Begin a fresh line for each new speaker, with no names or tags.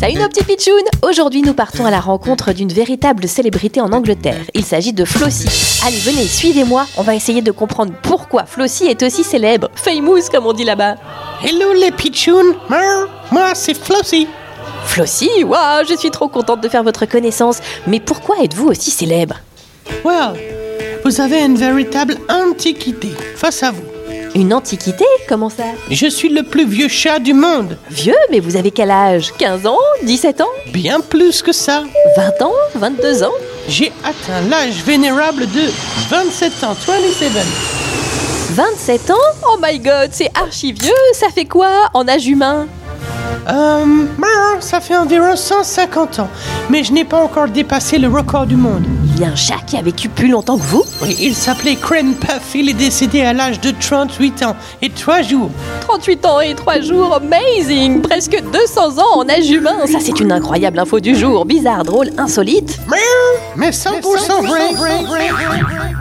Salut nos petits pitchouns Aujourd'hui nous partons à la rencontre d'une véritable célébrité en Angleterre. Il s'agit de Flossie. Allez venez, suivez-moi, on va essayer de comprendre pourquoi Flossie est aussi célèbre. Famous comme on dit là-bas.
Hello les pitchouns, moi, moi c'est Flossie.
Flossie, waouh, je suis trop contente de faire votre connaissance. Mais pourquoi êtes-vous aussi célèbre
Well, vous avez une véritable antiquité face à vous.
Une antiquité Comment ça
Je suis le plus vieux chat du monde,
Vieux, mais vous avez quel âge 15 ans 17 ans
bien plus que ça.
20 ans 22 ans
J'ai atteint l'âge vénérable de 27 ans, 27.
27 ans Oh my god, c'est archi vieux Ça fait quoi en âge humain
Euh, brr, ça fait environ 150 ans, mais je n'ai pas encore dépassé le record du monde.
Il y a un chat qui a vécu plus longtemps que vous
Oui, il s'appelait Crane Puff, il est décédé à l'âge de 38 ans et 3 jours.
38 ans et 3 jours, amazing Presque 200 ans en âge humain Ça, c'est une incroyable info du jour, bizarre, drôle, insolite
Mais 100%, vrai.